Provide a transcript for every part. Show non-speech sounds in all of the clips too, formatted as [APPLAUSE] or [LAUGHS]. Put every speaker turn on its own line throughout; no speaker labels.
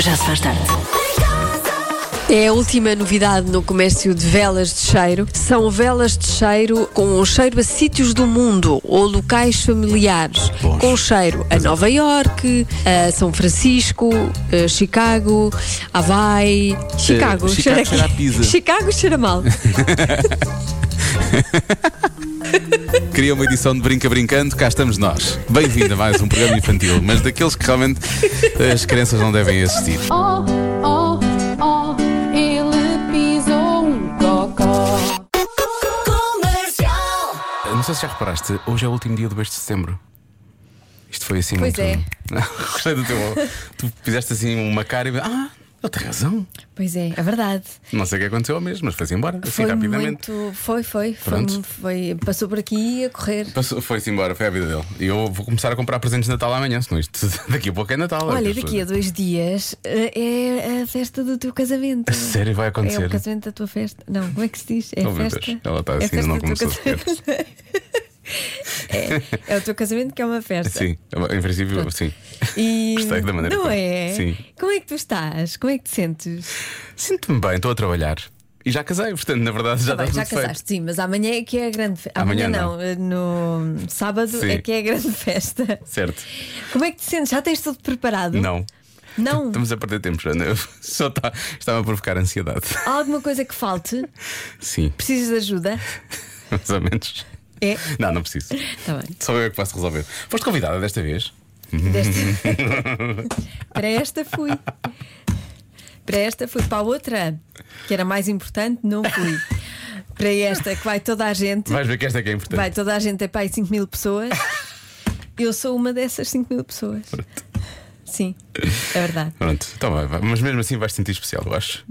Já se faz tarde.
É a última novidade no comércio de velas de cheiro. São velas de cheiro com um cheiro a sítios do mundo ou locais familiares.
Bons.
Com cheiro a Nova York, a São Francisco, a Chicago, Hawaii. Chicago,
Eh, Chicago
a
cheira a
quê? [LAUGHS]
pizza.
Chicago cheira mal.
Cria uma edição de Brinca Brincando, cá estamos nós. Bem-vindo a mais um programa infantil, mas daqueles que realmente eh, as crianças não devem assistir.
Oh, oh, oh, ele pisou um cocó.
Não sei se já reparaste, hoje é o último dia do mês de setembro. Isto foi assim
Pois é.
[LAUGHS] Gostei do teu. Tu fizeste assim uma cara e. Ah, ele tem razão.
Pois é, é verdade.
Não sei o que aconteceu ao mesmo, mas foi-se embora, assim rapidamente.
Foi, foi,
Pronto.
Passou por aqui a correr.
Passou- Foi-se embora, foi a vida dele. E eu vou começar a comprar presentes de Natal amanhã, senão isto [LAUGHS] daqui a pouco é Natal.
Olha,
As pessoas-
daqui a dois dias eh, é a festa do teu casamento.
A sério, vai
É o
acontecer.
casamento da tua festa. Não, como é que se diz? É
Oh,
a
meu Deus.
festa.
Ela está
é a
assim,
festa
não
do teu
começou sequer.
casamento. é, é o teu casamento que é uma festa.
Sim, em princípio, sim.
E...
Gostei da maneira
Não
como-
é?
Sim.
Como é que tu estás? Como é que te sentes?
Sinto-me bem, estou a trabalhar. E já casei, portanto, na verdade, já
Tá bem,
está
já
tudo Ah, feito.
casaste, sim, mas amanhã é que é a grande festa.
Amanhã
não, eh, no sábado
Sim.
é que é a grande [LAUGHS] festa.
Certo.
Como é que te sentes? Já tens tudo preparado?
Não.
Não?
Estamos a perder tempo, Joana. [LAUGHS] Só está, está a provocar ansiedade.
Há alguma coisa que falte?
[LAUGHS] Sim, [LAUGHS]
Precisas de ajuda?
mais ou menos.
É?
Não, não preciso.
Está bem.
Só eu é que posso resolver. Foste convidada desta vez?
Desta...
Uhum.
[LAUGHS] para esta fui. Para esta fui. Para a outra, que era mais importante, não fui. Para esta, que vai toda a gente.
Vais ver que esta é que é importante.
Vai toda a gente, é para aí 5 mil pessoas. Eu sou uma dessas 5 mil pessoas. Sim, é verdade.
Pronto, então vai, vai. Mas mesmo assim vais sentir especial, eu acho.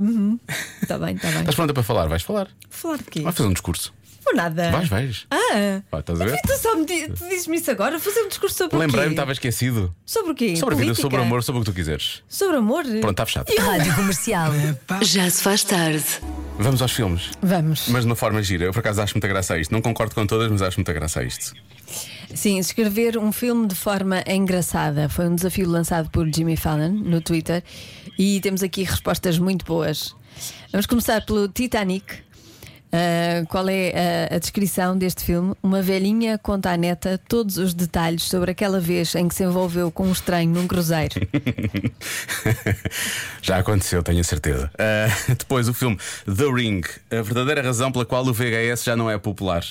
Está Tá bem, está bem.
Estás pronta para falar? Vais falar.
Falar de quê?
Vais fazer um discurso.
Por nada.
Vais, vais.
Ah!
Pá, estás a ver?
É. Mas Tu só me di- tu dizes-me isso agora? Fazer um discurso sobre
Lembrei-me,
o quê?
estava esquecido.
Sobre o quê?
Sobre a vida,
É Política?
sobre o amor, sobre o que tu quiseres.
Sobre amor?
Pronto, está fechado.
Rádio Comercial. Já se faz tarde.
Vamos aos filmes.
Vamos.
Mas de uma forma gira. Eu por acaso acho muita graça a isto. Não concordo com todas, mas acho muita graça a isto.
Sim, escrever um filme de forma engraçada foi um desafio lançado por Jimmy Fallon no Twitter e temos aqui respostas muito boas. Vamos começar pelo Titanic. Ah, qual é ah, a, descrição deste filme? Uma velhinha conta à neta todos os detalhes sobre aquela vez em que se envolveu com um estranho num cruzeiro.
[LAUGHS] Já aconteceu, tenho a certeza. Ah, [LAUGHS] depois o filme The Ring, a verdadeira razão pela qual o VHS já não é popular.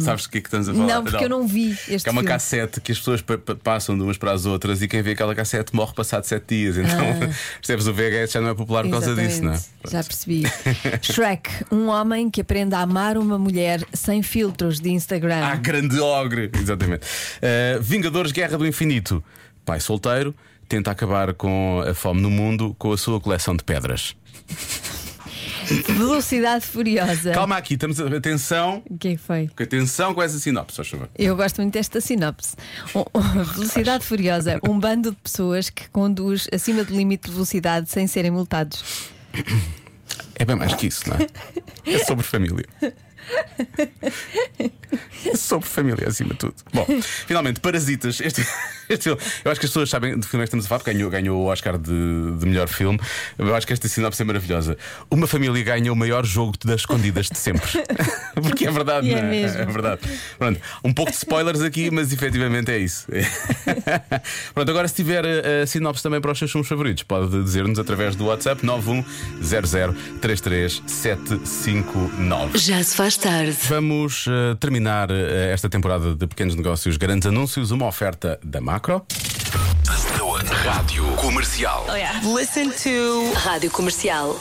Sabes do que é que estamos a falar?
Uhum. Não, porque eu não vi este
Que é uma
filme.
cassete que as pessoas pa- pa- passam de umas para as outras e quem vê aquela cassete morre passado sete dias. Então, [LAUGHS] percebes, o VHS já não é popular por causa disso, não é?
Ah. Exatamente, Já percebi. [LAUGHS] Shrek, um homem que aprende a amar uma mulher sem filtros de Instagram.
Ah, grande ogre! Exatamente. Uh, Vingadores Guerra do Infinito. Pai solteiro tenta acabar com a fome no mundo com a sua coleção de pedras.
Velocidade furiosa.
Calma aqui, estamos a... atenção.
O que é que foi?
Atenção com essa sinopse, por favor.
Eu gosto muito desta sinopse. Um- um- velocidade furiosa. Um bando de pessoas que conduz acima do limite de velocidade sem serem multados.
É bem mais que isso, não é? É sobre família. É sobre família, acima de tudo. Bom, finalmente, Parasitas. Este, este filme, eu acho que as pessoas sabem do filme é que estamos a falar, porque ganhou, ganhou o Oscar de, de melhor filme. Eu acho que esta sinopse é maravilhosa. Uma família ganha o maior jogo das escondidas de sempre. [LAUGHS] Porque é verdade,
E é
não é?
mesmo.
É verdade. Pronto, um pouco de spoilers aqui, mas efetivamente é isso. Pronto, agora se tiver eh, a sinopse também para os seus filmes favoritos, pode dizer-nos através do WhatsApp 910033759.
Já se faz tarde.
Vamos eh, terminar eh, esta temporada de Pequenos Negócios Grandes Anúncios, uma oferta da Macro. Rádio Comercial.
Listen to Rádio Comercial.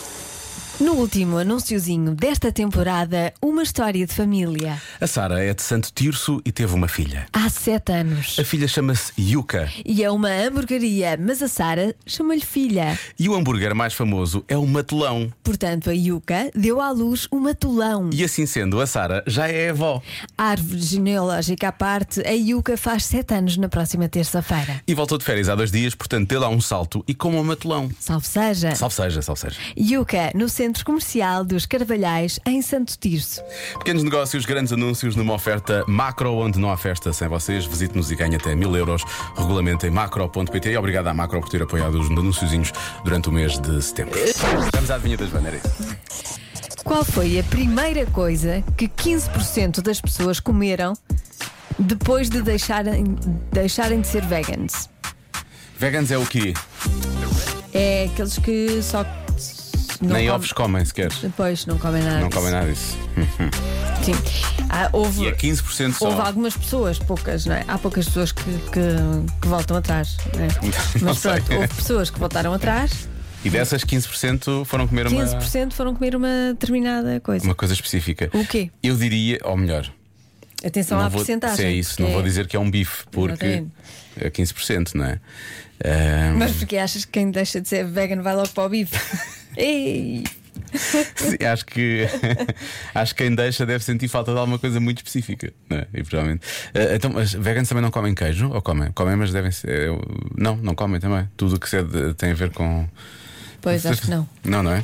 No último anúnciozinho desta temporada, uma história de família.
A Sara é de Santo Tirso e teve uma filha.
Há sete anos.
A filha chama-se Yuka
E é uma hamburgueria, mas a Sara chama-lhe filha.
e o hambúrguer mais famoso é o matelão.
Portanto, a Yuka deu à luz um atolão.
E assim sendo, a Sara já é avó.
Árvore genealógica à parte, a Yuka faz sete anos na próxima terça-feira.
E voltou de férias há dois dias, portanto, dê lá um salto e coma um matelão.
Salve seja!
Salve seja, salve seja.
Yuka, no centro. Centro Comercial dos Carvalhais, em Santo Tirso.
Pequenos negócios, grandes anúncios numa oferta macro onde não há festa sem vocês. Visite-nos e ganhe até mil euros. Regulamento em macro.pt. E Obrigado à Macro por ter apoiado os anúnciozinhos durante o mês de setembro. Vamos à adivinha das bandeiras.
Qual foi a primeira coisa que 15% das pessoas comeram depois de deixarem, deixarem de ser vegans?
Vegans é o quê?
É aqueles que só. não
Nem
comem-
ovos comem sequer.
Depois não comem nada.
Não
disso.
comem nada disso.
Sim. Há- houve,
E é 15% só.
houve algumas pessoas, poucas, não é? Há poucas pessoas que, que, que voltam atrás. não é?
[LAUGHS] Não
Mas pronto,
sei.
houve pessoas que voltaram atrás,
E dessas 15% foram comer uma,
15% foram comer uma determinada coisa.
uma coisa específica.
O quê?
Eu diria, ou melhor,
Atenção à
vou,
porcentagem.
se é isso,
porque
não vou dizer que é um bife, porque
Exatamente.
é 15%,
[LAUGHS]
não é? Ah,
Mas porque achas que quem deixa de ser vegan vai logo para o
[LAUGHS]
bife? Ei!
Sim, acho que [LAUGHS] acho que quem deixa deve sentir falta de alguma coisa muito específica, não é? E provavelmente. Ah, então, mas veganos também não comem queijo? Ou comem? Comem, mas devem ser. eu- Não, não comem também. Tudo o que se é de- tem a ver com.
Pois acho que não.
Não, não é?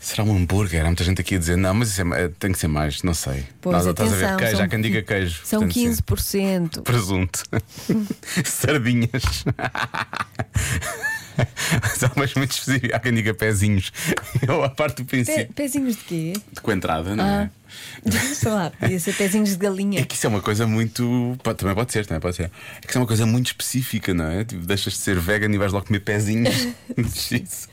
Será um hambúrguer? Há muita gente aqui a dizer, não, mas isso é ma- tem que ser mais, não sei.
Pois,
Nós- estás a ver
atenção,
queijo,
são-
há quem diga queijo.
São
portanto, sim.
15%.
Presunto. [LAUGHS] Sardinhas. [LAUGHS] Mas há umas muito específicas. Há quem diga pezinhos. [LAUGHS] Eu, a parte do
Pe-
princípio.
pezinhos de quê?
De coentrada, não é?
Sei lá, podia ser pezinhos de
É
galinha.
que isso é uma coisa muito. pode- também pode ser, também pode ser. É que isso é uma coisa muito específica, não é? Tipo, deixas de ser vegan e vais logo comer pezinhos. Isso.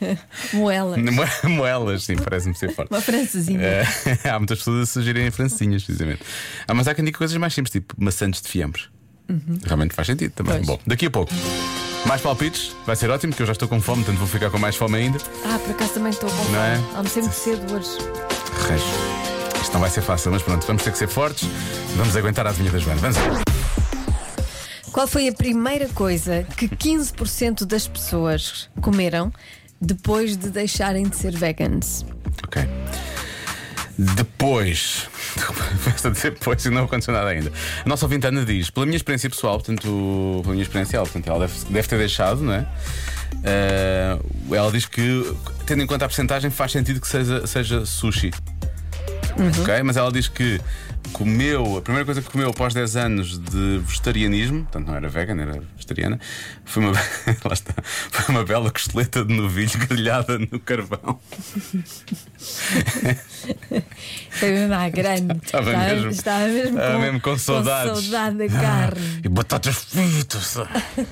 Moela.
Mo- Moelas, sim, parece-me ser forte.
Uma francesinha.
Eh, [LAUGHS] há muitas pessoas a sugerirem francinhas, precisamente. Ah, mas há quem diga coisas mais simples, tipo maçantes de fiambres. Realmente faz sentido também.
Pois.
Bom, daqui a pouco. Mais palpites, vai ser ótimo, porque eu já estou com fome, portanto vou ficar com mais fome ainda.
Ah, por acaso também estou com fome.
Não é?
Almocei muito cedo hoje.
Reis. Isto não vai ser fácil, mas pronto, vamos ter que ser fortes. Vamos aguentar a adivinha da Joana. Vamos lá.
Qual foi a primeira coisa que 15% das pessoas comeram depois de deixarem de ser vegans?
Ok. Depois, [LAUGHS] basta dizer depois e não aconteceu nada ainda. A nossa ouvinte Ana diz: pela minha experiência pessoal, portanto, pela minha experiência, ela, portanto, ela deve, deve ter deixado, não é? Ah, ela diz que, tendo em conta a porcentagem, faz sentido que seja, seja sushi. Ok? Mas ela diz que comeu, a primeira coisa que comeu após 10 anos de vegetarianismo, portanto não era vegan, era vegetariana, foi uma, [LAUGHS] lá está, foi uma bela costeleta de novilho grelhada no carvão.
Foi mesmo
[LAUGHS]
à grande.
Estava mesmo-
estava mesmo,
estava
com,
mesmo com
com
saudades. Ah,
saudade da
[LAUGHS]
carne.
E batatas fritas.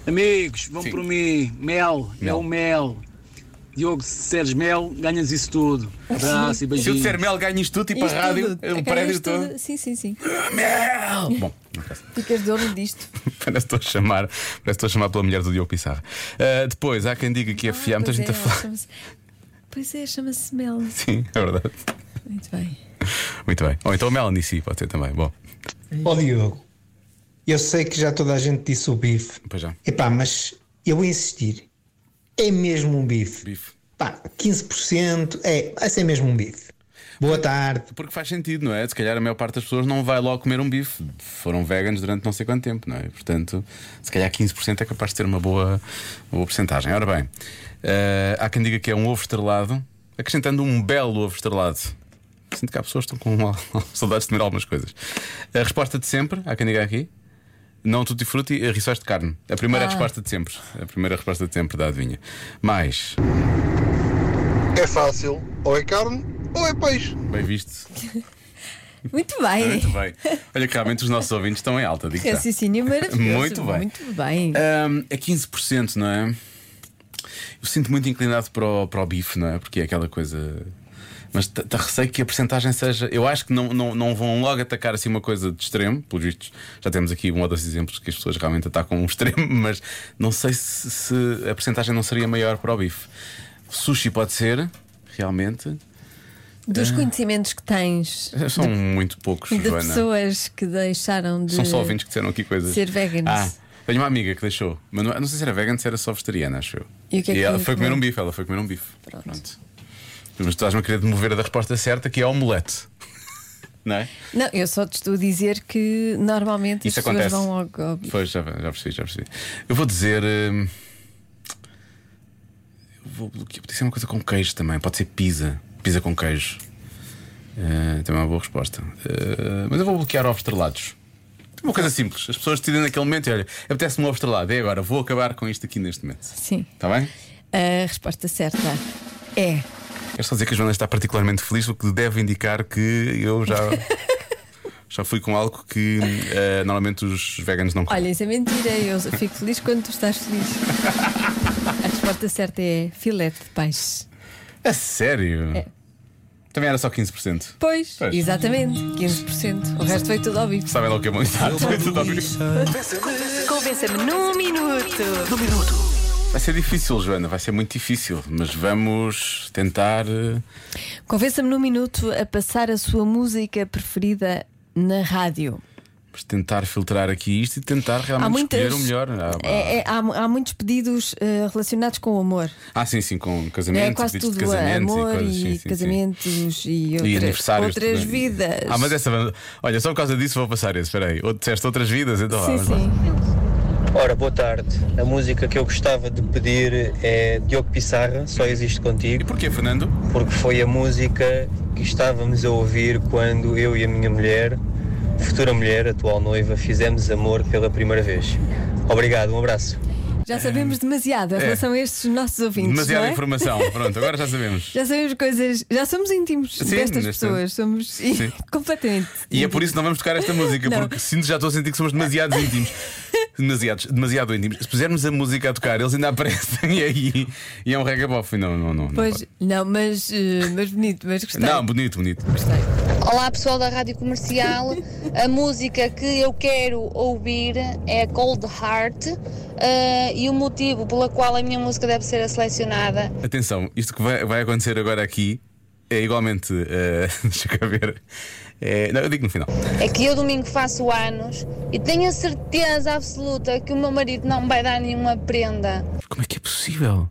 Amigos, vão por mim. Mel, é
Mel.
o mel. Diogo, se disseres mel, ganhas isso tudo. Abraço e
Se eu
beijinhos.
disser mel, ganho isto tudo e para
Isto
a rádio,
tudo,
é um
ganhas
prédio
tudo.
todo. Ah,
Sim, sim, sim.
Mel! Bom, não interessa.
Ficas dono disto.
parece que estou a chamar, parece que estou a chamar pela mulher do Diogo Pissarra. Ah, depois, há quem diga que [LAUGHS] é fiar, muita
pois
gente
é,
a falar. [LAUGHS]
chama-se- Pois é, chama-se Mel.
Sim, é verdade.
Muito bem.
Muito bem. Ou então Melanie, sim, pode ser também. Bom,
Ó Diogo, eu sei que já toda a gente disse o bife.
Pois já.
Epá, mas eu vou insistir. É mesmo um bife.
bife.
Pá, 15% é, mas é mesmo um bife. Boa tarde.
Porque faz sentido, não é? Se calhar a maior parte das pessoas não vai logo comer um bife. Foram veganos durante não sei quanto tempo, não é? Portanto, se calhar 15% é capaz de ter uma boa, uma boa porcentagem. Ora bem, eh, há quem diga que é um ovo estrelado, acrescentando um belo ovo estrelado. Sinto que há pessoas que estão com [LAUGHS] saudades de comer algumas coisas. A resposta de sempre, há quem diga aqui. Não tutti frutti, eh, rissóis de carne. A primeira resposta de sempre. A primeira resposta de sempre da adivinha. Mais,
É fácil, ou é carne ou é peixe.
bem visto.
Muito bem.
Muito
[LAUGHS]
bem. Olha que realmente os nossos ouvintes estão em alta, digo já.
Raciocínio maravilhoso.
Muito bem.
Muito bem.
Ahm, é 15%, não é? Eu sinto muito inclinado para o, para o bife, não é? Porque é aquela coisa. Mas t- t- receio que a porcentagem seja. Eu acho que não, não, não vão logo atacar assim uma coisa de extremo, pelos vistos. Já temos aqui um ou dois exemplos que as pessoas realmente atacam um [LAUGHS] extremo, mas não sei se, se a porcentagem não seria maior para o bife. Sushi pode ser, realmente.
Dos conhecimentos que tens
São muito poucos,
de
Ah. Joana.
pessoas que deixaram de.
São só ouvintes que disseram aqui coisas.
ser veganos.
Ah, tenho uma amiga que deixou, mas não, não sei se era vegan, se era só vegetariana, acho eu.
E o que é que
ela
ia
foi comer
comer?
um bife, ela foi comer um bife.
Pronto.
Mas tu estás-me a querer demover da resposta certa, que é omelete. [LAUGHS] não é?
Não, eu só te estou a dizer que normalmente
Isso
as pessoas
acontece.
vão logo. ao bife.
Pois, já, já percebi, já percebi. Eu vou dizer. hum, eu vou bloquear. Pode ser uma coisa com queijo também, pode ser pizza. pizza com queijo. Eh, também é uma boa resposta. Eh, mas eu vou bloquear ovos estrelados. Uma coisa simples. As pessoas decidem naquele momento e olha, apetece-me um ovo estrelado. É agora, vou acabar com isto aqui neste momento.
Sim.
Está bem?
A resposta certa é.
Quero só dizer que a Joana está particularmente feliz, o que deve indicar que eu já. Já fui com algo que eh, normalmente os veganos não comem.
Olha, isso é mentira. Eu fico feliz quando tu estás
[LAUGHS]
feliz. A resposta certa é filete de peixe.
A É sério?
É.
Também era só 15%.
Pois,
Pois.
exatamente. 15%. O resto veio tudo ao vivo.
Sabem lá o que é bom Exato, foi tudo ao vivo.
Convença-me num minuto.
Vai ser difícil, Joana, vai ser muito difícil, mas vamos tentar. eh,
Convença-me num minuto a passar a sua música preferida na rádio.
Vamos tentar filtrar aqui isto e tentar realmente escolher o melhor. Há,
É, é, há, há muitos pedidos eh, relacionados com o amor.
ah, sim, sim, com casamentos,
É quase
pedidos
tudo
de casamentos
amor
e coisas. sim, sim, sim.
casamentos e
E
outras,
aniversários
outras
também.
vidas.
Ah, mas essa. Olha, só por causa disso vou passar esse, espera aí. Ou disseste outras vidas, então vá,
Sim,
vamos lá.
sim.
Ora, boa tarde. A música que eu gostava de pedir é Diogo Pissarra, Só Existe
E
Contigo,
porquê, Fernando?
porque foi a música que estávamos a ouvir quando eu e a minha mulher, futura mulher, atual noiva, fizemos amor pela primeira vez. Obrigado, um abraço.
Já sabemos demasiado em relação a estes nossos ouvintes.
É. Demasiada
não é?
informação. Pronto, agora
[LAUGHS]
já sabemos.
Já sabemos coisas, já somos íntimos
Sim,
destas
neste-
pessoas, somos
Sim.
[LAUGHS] completamente.
E é por isso que não vamos tocar esta música,
Não.
porque sinto, já estou a sentir que somos demasiados íntimos. Demasiados, demasiado íntimos. Se pusermos a música a tocar, eles ainda aparecem [LAUGHS] e aí. E é um regabof. Não, não, não. não
Pois,
pode.
não, mas, eh, mas bonito, mas gostei.
Não, bonito, bonito.
Gostei.
Olá pessoal da Rádio Comercial, a música que eu quero ouvir é Cold Heart eh, e o motivo pela qual a minha música deve ser a selecionada
Atenção, isto que vai, vai acontecer agora aqui é igualmente. eh, [LAUGHS] deixa eu cá ver. É, não, eu digo no final.
é que eu domingo faço anos e tenho a certeza absoluta que o meu marido não me vai dar nenhuma prenda.
Como é que é possível?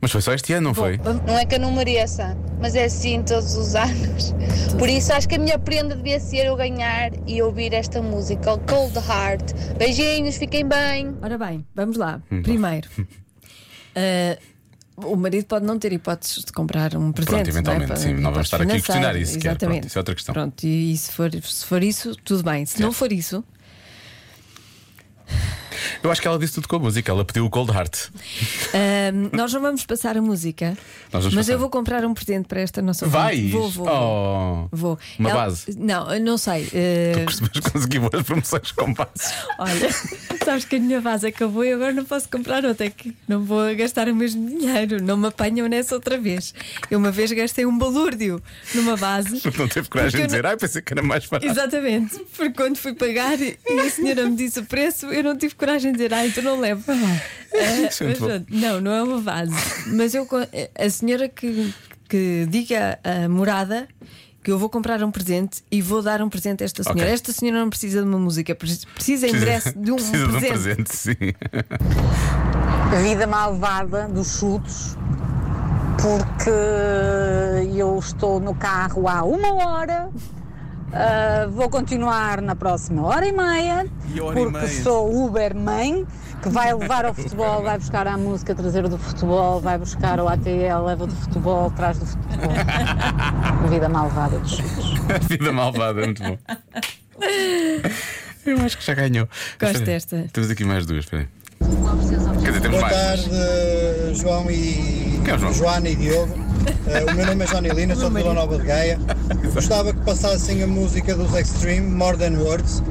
Mas foi só este ano, não foi?
Não é que eu não mereça, mas é assim todos os anos. Por isso acho que a minha prenda devia ser eu ganhar e ouvir esta música, o Cold Heart. Beijinhos, fiquem bem.
Ora bem, vamos lá.
Hum.
Primeiro, eh, o marido pode não ter hipóteses de comprar um presente. não é?
eventualmente,
Para-
sim, não
hipóteses
vamos estar aqui a questionar
financeiras,
isso sequer, pronto,
Exatamente.
isso é outra questão.
Pronto, e, e se, for, se for isso, tudo bem. Se não for isso,
Eu acho que ela disse tudo com a música, ela pediu o Cold Heart.
Ahm, eh, nós não vamos passar a música,
Nós vamos
mas
passar.
eu vou comprar um presente para esta nossa ouvinte.
Vais?
Vou, vou.
Oh.
Vou.
Uma
Ela-
base.
Não, eu não sei. eh,
[LAUGHS] Mas consegui boas promoções com passos.
olha, [LAUGHS] sabes que a minha base acabou e agora não posso comprar outra. é que não vou gastar o mesmo dinheiro. Não me apanham nessa outra vez. Eu uma vez gastei um balúrdio numa base.
[LAUGHS] Não teve
Porque
coragem
eu
de dizer, ai, pensei que era mais barato.
Exatamente, porque quando fui pagar e a senhora me disse o preço, eu não tive coragem de dizer, ah, então não levo. Eh,
Isso é
mas
muito bom.
pronto, não, não é uma base. Mas eu, co- eh, a senhora que, que diga a morada que eu vou comprar um presente e vou dar um presente a esta senhora.
Ok.
Esta senhora não precisa de uma música, pre- precisa, em breve de um
precisa de um
presente.
presente, sim. [LAUGHS]
Vida malvada dos chutos, porque eu estou no carro há uma hora, ah, vou continuar na próxima hora e meia,
E hora e
porque
meia.
sou Uberman, que vai levar ao futebol, vai buscar a música, trazer do futebol, vai buscar o ATL, leva do futebol, traz do futebol.
[LAUGHS]
Vida malvada dos chutos.
A vida malvada, é muito bom. Eu acho que já ganhou.
Gosto
Espera aí,
desta.
Temos aqui mais duas, espera aí. Quer dizer, temos
Boa
mais.
tarde, João e
Quem é o João?
Joana e Diogo. Eh, o meu nome é João Elina, sou de Vila Nova de Gaia. Gostava que passassem a música dos Extreme, More Than Words,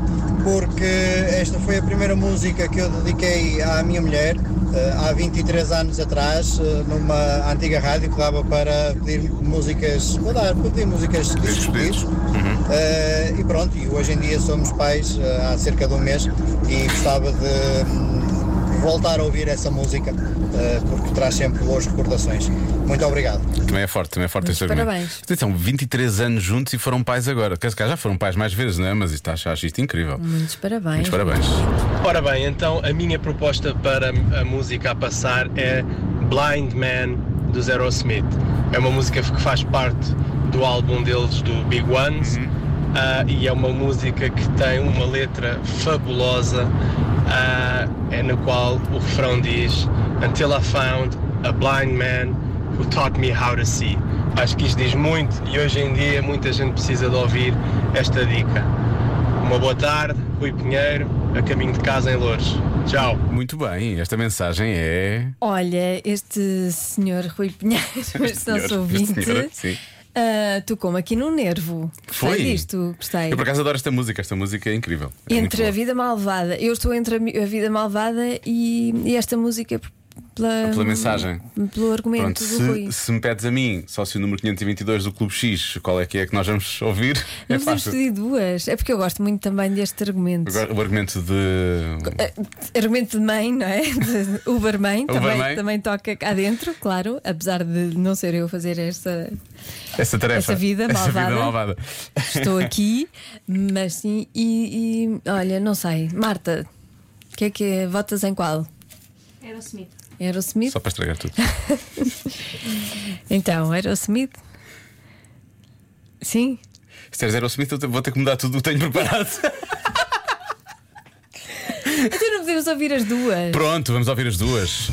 porque esta foi a primeira música que eu dediquei à minha mulher eh, há 23 anos atrás, eh, numa antiga rádio que dava para pedir músicas, para dar, para pedir músicas discos
pedidos.
pedidos. tipo
Uhum.
Eh, e pronto, e hoje em dia somos pais eh, há cerca de um mês e gostava de hum, voltar a ouvir essa música eh, porque traz sempre boas recordações. Muito obrigado.
Também é forte, também é forte este argumento.
parabéns.
Atenção, 23 anos juntos e foram pais agora. Quer dizer, cá já foram pais mais vezes, não é? Mas isto, acho, acho isto incrível.
Muitos parabéns.
Muitos parabéns.
Ora bem, então a minha proposta para a música a passar é Blind Man dos Aerosmith. É uma música que faz parte do álbum deles, do Big Ones, ah, e é uma música que tem uma letra fabulosa, ah, é na qual o refrão diz Until I found a blind man
who taught me how to see. Acho que isto diz muito e hoje em dia muita gente precisa de ouvir esta dica. Uma boa tarde, Rui Pinheiro, a caminho de casa em Loures. Tchau.
Muito bem, esta mensagem é.
Olha, este senhor Rui Pinheiro, [LAUGHS] este
senhor,
nosso ouvinte,
este senhor, sim.
ah, tocou-me aqui no nervo. Gostei
Foi?
disto, gostei.
Eu por acaso adoro esta música, esta música é incrível. É muito
Entre a vida malvada, eu estou entre a mi- a vida malvada e, e esta música p- pela,
Ah, Pela mensagem.
pelo argumento
Pronto,
do Rui.
se, se me pedes a mim, sócio número 522 do Clube X, qual é que é que nós vamos ouvir? é
Não podemos
fácil.
pedir duas, é porque eu gosto muito também deste argumento.
Agora, o argumento de.
Ah, Argumento de mãe, não é? De Ubermãe,
Ubermãe.
também, também toca cá dentro, claro, apesar de não ser eu a fazer esta,
Essa tarefa.
esta vida
[LAUGHS] Essa
malvada.
vida malvada.
Estou aqui, mas sim, e, e, olha, não sei. Marta, o que é que é? Votas em qual?
Aerosmith.
Aerosmith?
Só para estragar tudo.
Então, Aerosmith? Sim?
Se teres Aerosmith, eu te- vou ter que mudar tudo o que tenho
[LAUGHS]
preparado.
Então não podemos ouvir as duas.
Pronto, vamos ouvir as duas.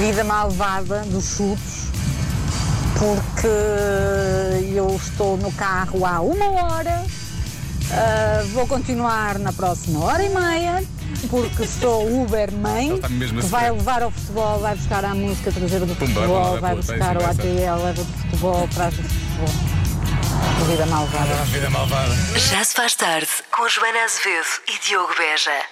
Vida malvada dos chutes, porque eu estou no carro há uma hora, ah, vou continuar na próxima hora e meia,
[LAUGHS]
porque sou Uber
Ela
mãe,
está mesmo a
que vai
sofrer.
levar ao futebol, vai buscar a música traseira do
Pumba,
futebol,
pumba,
vai
pumba,
buscar o
vai, sim, vai,
ATL, leva do futebol, traz do futebol. Vida malvada.
Vida malvada.
Já se faz tarde com Joana Azevedo e Diogo Beja.